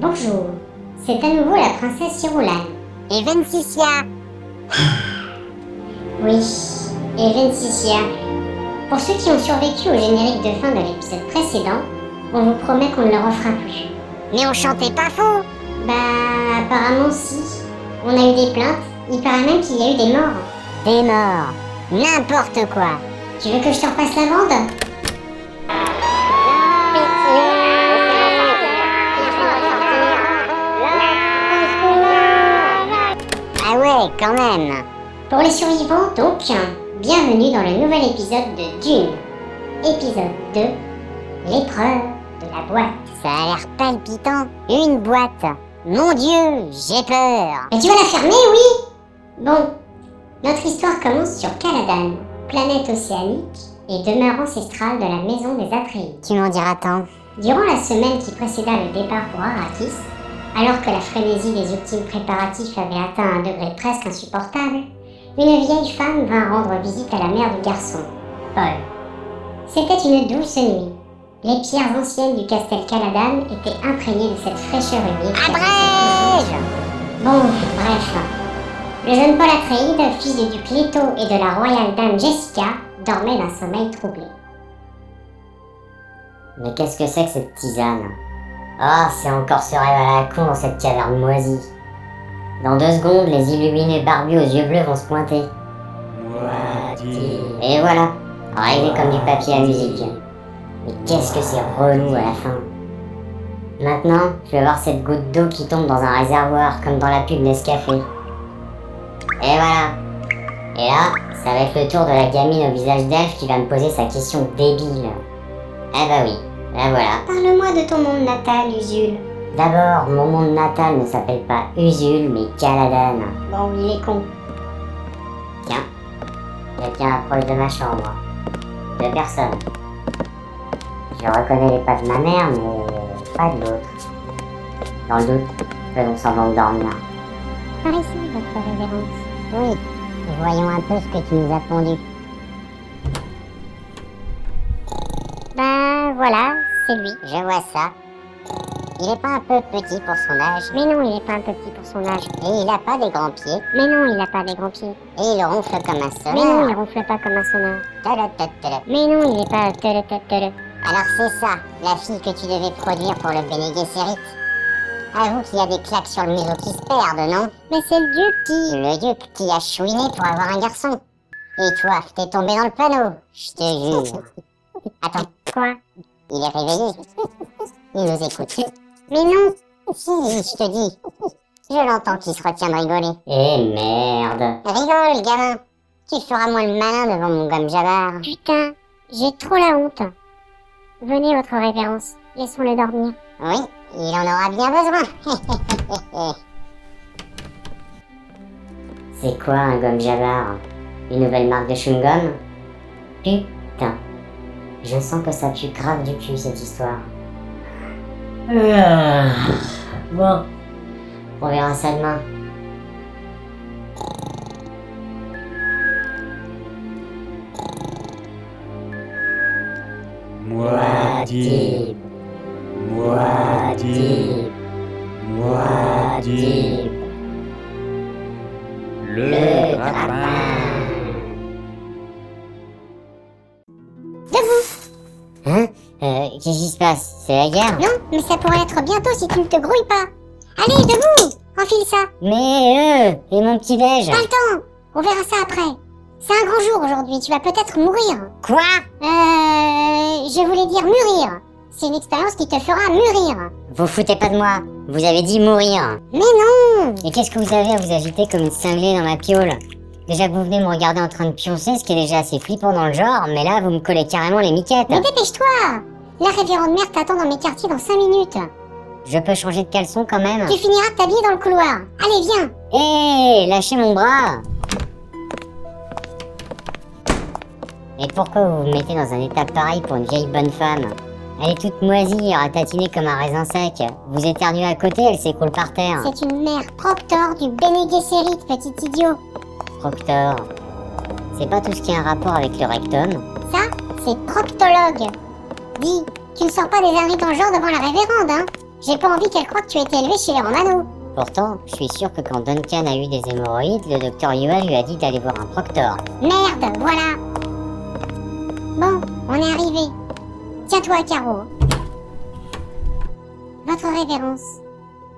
Bonjour, c'est à nouveau la princesse Chiroulane. Et Vencisia Oui, et Vencicia. Pour ceux qui ont survécu au générique de fin de l'épisode précédent, on vous promet qu'on ne le refera plus. Mais on chantait pas faux Bah, apparemment si. On a eu des plaintes, il paraît même qu'il y a eu des morts. Des morts N'importe quoi Tu veux que je te repasse la bande Ah ouais, quand même Pour les survivants, donc, bienvenue dans le nouvel épisode de Dune. Épisode 2, l'épreuve de la boîte. Ça a l'air palpitant Une boîte Mon Dieu, j'ai peur Mais tu vas la fermer, oui Bon, notre histoire commence sur Caladan, planète océanique et demeure ancestrale de la maison des Atreides. Tu m'en diras tant. Durant la semaine qui précéda le départ pour Arrakis, alors que la frénésie des ultimes préparatifs avait atteint un degré presque insupportable, une vieille femme vint rendre visite à la mère du garçon, Paul. C'était une douce nuit. Les pierres anciennes du castel Caladan étaient imprégnées de cette fraîcheur humide. qui annonçait Abrège Bon, bref. Le jeune Paul Atreides, fils du duc Leto et de la royale dame Jessica, dormait d'un sommeil troublé. Mais qu'est-ce que c'est que cette tisane Ah, c'est encore ce rêve à la con dans cette caverne moisie. Dans deux secondes, les illuminés barbus aux yeux bleus vont se pointer. Et voilà, réglé comme du papier à musique. Mais qu'est-ce que c'est relou à la fin Maintenant, je vais voir cette goutte d'eau qui tombe dans un réservoir, comme dans la pub Nescafé. Et voilà Et là, ça va être le tour de la gamine au visage d'elfe qui va me poser sa question débile. Eh bah oui, la voilà. Parle-moi de ton monde natal, Usul. D'abord, mon monde natal ne s'appelle pas Usul, mais Caladan. Bon, il est con. Quelqu'un approche de ma chambre. Deux personnes. Je reconnais les pas de ma mère, mais pas de l'autre. Dans le doute, faisons semblant de dormir. Par ici, votre révérence. Oui, voyons un peu ce que tu nous as pondu. Ben voilà, c'est lui. Je vois ça. Il est pas un peu petit pour son âge, Mais non, il est pas un peu petit pour son âge. et il a pas des grands pieds, Mais non, il a pas des grands pieds. et il ronfle comme un Mais non, il sonneur. ronfle pas comme un sonneur. Tolototolo. Mais non, il est pas tele tele tele. Alors c'est ça, la fille que tu devais produire pour le Bene Gesserit. Avoue qu'il y a des claques sur le museau qui se perdent, non Mais c'est le dieu qui... Le duc qui a chouiné pour avoir un garçon. Et toi, t'es tombé dans le panneau, je te jure. Attends, Quoi il est réveillé. Il nous écoute. Mais non Si, je te dis. Je l'entends qui se retient de rigoler. Eh merde. Rigole, gamin. Tu feras moins le malin devant mon gomme jabard. Putain, j'ai trop la honte. Venez, votre révérence. Laissons-le dormir. Oui, il en aura bien besoin. C'est quoi un gomme Jabbar Une nouvelle marque de chewing-gum Putain. Je sens que ça pue grave du cul cette histoire. Ah, Bon. On verra ça demain. Muad'Dib, Muad'Dib, Muad'Dib. Le grappin. Hein euh, Qu'est-ce qui se passe C'est la guerre Non, mais ça pourrait être bientôt si tu ne te grouilles pas. Allez, debout Enfile ça. Mais eux Et mon petit-déj Pas le temps. On verra ça après. C'est un grand jour aujourd'hui. Tu vas peut-être mourir. Quoi Euh... Je voulais dire mûrir. C'est une expérience qui te fera mûrir. Vous foutez pas de moi Vous avez dit mourir Mais non Et qu'est-ce que vous avez à vous agiter comme une cinglée dans ma piole Déjà que vous venez me regarder en train de pioncer, ce qui est déjà assez flippant dans le genre, mais là vous me collez carrément les miquettes Mais dépêche-toi La révérende mère t'attend dans mes quartiers dans 5 minutes. Je peux changer de caleçon quand même Tu finiras de t'habiller dans le couloir. Allez, viens Hé Lâchez mon bras Et pourquoi vous vous mettez dans un état pareil pour une vieille bonne femme Elle est toute moisie, ratatinée comme un raisin sec. Vous éternuez à côté, elle s'écroule par terre. C'est une mère proctor du Bene Gesserit, petit idiot. Proctor. C'est pas tout ce qui a un rapport avec le rectum Ça, c'est proctologue. Dis, tu ne sors pas des invités en genre devant la révérende, hein J'ai pas envie qu'elle croie que tu as été élevé chez les Romano. Pourtant, je suis sûr que quand Duncan a eu des hémorroïdes, le docteur Yua lui a dit d'aller voir un proctor. Merde, voilà. Bon, on est arrivé. Tiens-toi, Caro. Votre révérence.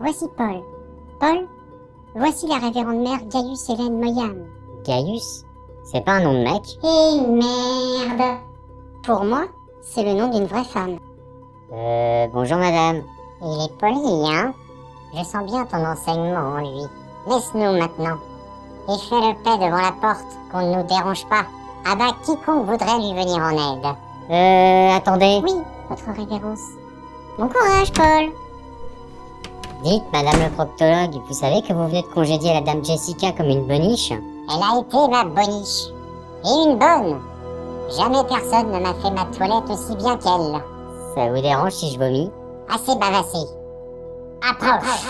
Voici Paul. Paul, voici la révérende mère Gaius Hélène Moyam. Gaius C'est pas un nom de mec Et merde Pour moi, c'est le nom d'une vraie femme. Euh, bonjour madame. Il est poli, hein Je sens bien ton enseignement en lui. Laisse-nous maintenant. Et fais-le paix devant la porte, qu'on ne nous dérange pas. Abat quiconque voudrait lui venir en aide. Euh, attendez. Oui, votre révérence. Bon courage, Paul Dites, madame le proctologue, vous savez que vous venez de congédier la dame Jessica comme une boniche Elle a été ma boniche. Et une bonne Jamais personne ne m'a fait ma toilette aussi bien qu'elle. Ça vous dérange si je vomis Assez bavassée. Approche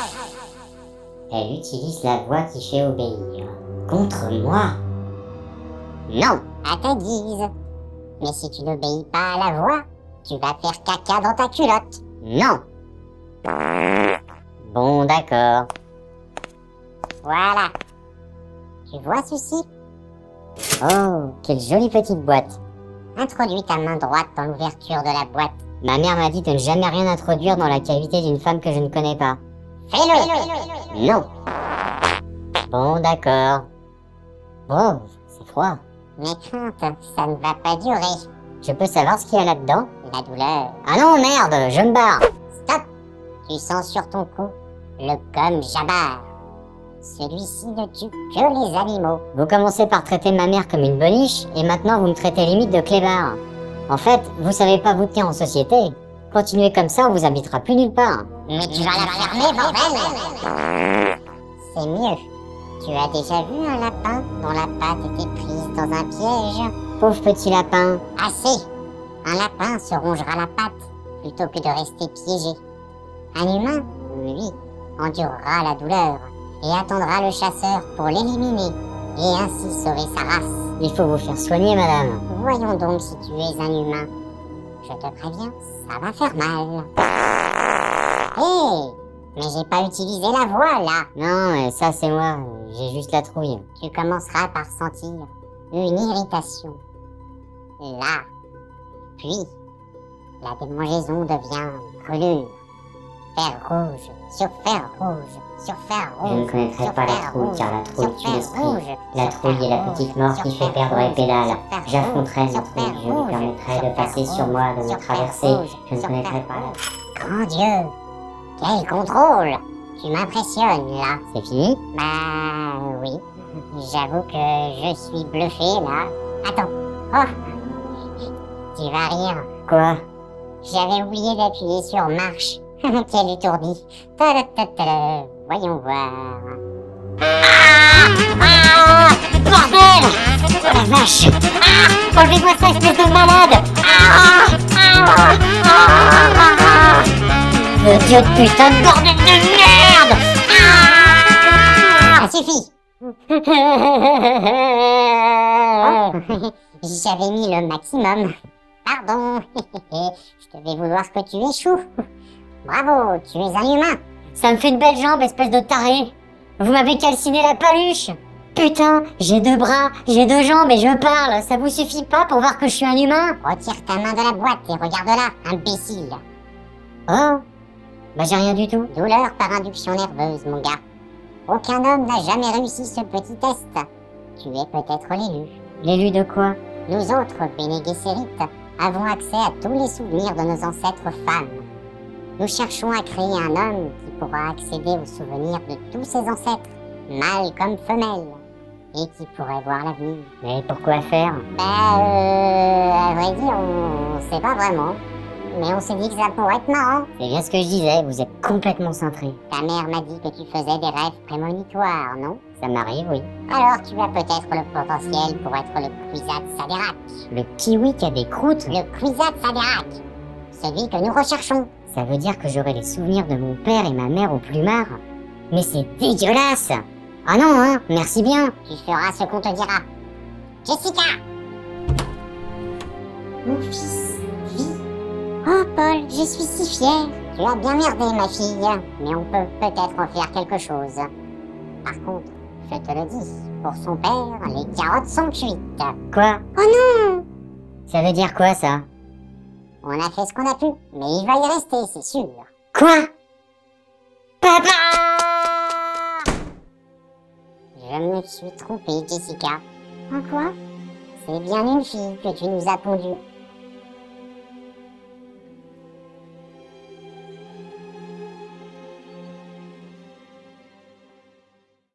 Elle utilise la voix qui fait obéir. Contre moi Non, à ta guise. Mais si tu n'obéis pas à la voix, tu vas faire caca dans ta culotte. Non Bon, d'accord. Voilà. Tu vois ceci Oh, quelle jolie petite boîte. Introduis ta main droite dans l'ouverture de la boîte. Ma mère m'a dit de ne jamais rien introduire dans la cavité d'une femme que je ne connais pas. Fais-le Non Bon, d'accord. Oh, c'est froid. Mais crainte, ça ne va pas durer. Je peux savoir ce qu'il y a là-dedans La douleur. Ah non, merde, je me barre Stop Tu sens sur ton cou le gomme jabar. Celui-ci ne tue que les animaux. Vous commencez par traiter ma mère comme une boniche, et maintenant vous me traitez limite de clébard. En fait, vous savez pas vous tenir en société. Continuez comme ça, on vous habitera plus nulle part. Mais tu vas la fermer, bordel C'est mieux. Tu as déjà vu un lapin dont la patte était prise dans un piège Pauvre petit lapin. Assez Un lapin se rongera la patte plutôt que de rester piégé. Un humain, lui, endurera la douleur et attendra le chasseur pour l'éliminer et ainsi sauver sa race. Il faut vous faire soigner, madame. Voyons donc si tu es un humain. Je te préviens, ça va faire mal. Hé Mais j'ai pas utilisé la voix là Non, euh, ça c'est moi, j'ai juste la trouille. tu commenceras par sentir une irritation. Là. Puis, la démangeaison devient brûlure. Fer rouge, sur fer rouge, sur fer Je rouge. ne connaîtrai sur pas la fer trouille, rouge, car la trouille sur tue fer l'esprit. rouge, La sur trouille fer est la petite rouge, mort sur qui fer fait perdre les rouge, pédales. sur fer J'affronterai rouge, la sur trouille, fer je lui rouge, permettrai sur de fer passer sur rouge, moi, de me sur fer traverser. rouge, Je ne sur connaîtrai fer pas la rouge. Grand Dieu Quel contrôle Tu m'impressionnes là C'est fini bah oui, j'avoue que je suis bluffé là. Attends, oh Tu vas rire, Quoi j'avais oublié d'appuyer sur marche. Quel étourdi Ta-da, ta, ta, ta. Voyons voir. Ah ah Bordel Oh la vache ah Enlevez-moi ça, espèce de malade ah ah ah ah Le dieu de putain de bordel de merde Ça suffit Oh, J'avais mis le maximum. Pardon, je devais vouloir que tu échoues. Bravo, tu es un humain. Ça me fait une belle jambe, espèce de taré. Vous m'avez calciné la paluche. Putain, j'ai deux bras, j'ai deux jambes et je parle. Ça vous suffit pas pour voir que je suis un humain Retire ta main de la boîte et regarde-la, imbécile. Oh Bah j'ai rien du tout. Douleur par induction nerveuse, mon gars. Aucun homme n'a jamais réussi ce petit test. Tu es peut-être l'élu. L'élu de quoi Nous autres, Bene Gesserit, avons accès à tous les souvenirs de nos ancêtres femmes. Nous cherchons à créer un homme qui pourra accéder aux souvenirs de tous ses ancêtres, mâles comme femelles, et qui pourrait voir l'avenir. Mais pourquoi faire Ben, euh, à vrai dire, on, on sait pas vraiment. Mais on s'est dit que ça pourrait être marrant. C'est bien ce que je disais, vous êtes complètement cintré. Ta mère m'a dit que tu faisais des rêves prémonitoires, non Ça m'arrive, oui. Alors tu as peut-être le potentiel pour être le Kwisatz Haderach. Le kiwi qui a des croûtes Le Kwisatz Haderach. Celui que nous recherchons. Ça veut dire que j'aurai les souvenirs de mon père et ma mère au plumard Mais c'est dégueulasse Ah non, hein, merci bien Tu feras ce qu'on te dira. Jessica Mon fils Oh, Paul, je suis si fière Tu as bien merdé, ma fille, mais on peut peut-être en faire quelque chose. Par contre, je te le dis, pour son père, les carottes sont cuites. Quoi Oh non Ça veut dire quoi ça On a fait ce qu'on a pu, mais il va y rester, c'est sûr. Quoi Papa Je me suis trompée, Jessica. En quoi C'est bien une fille que tu nous as pondue.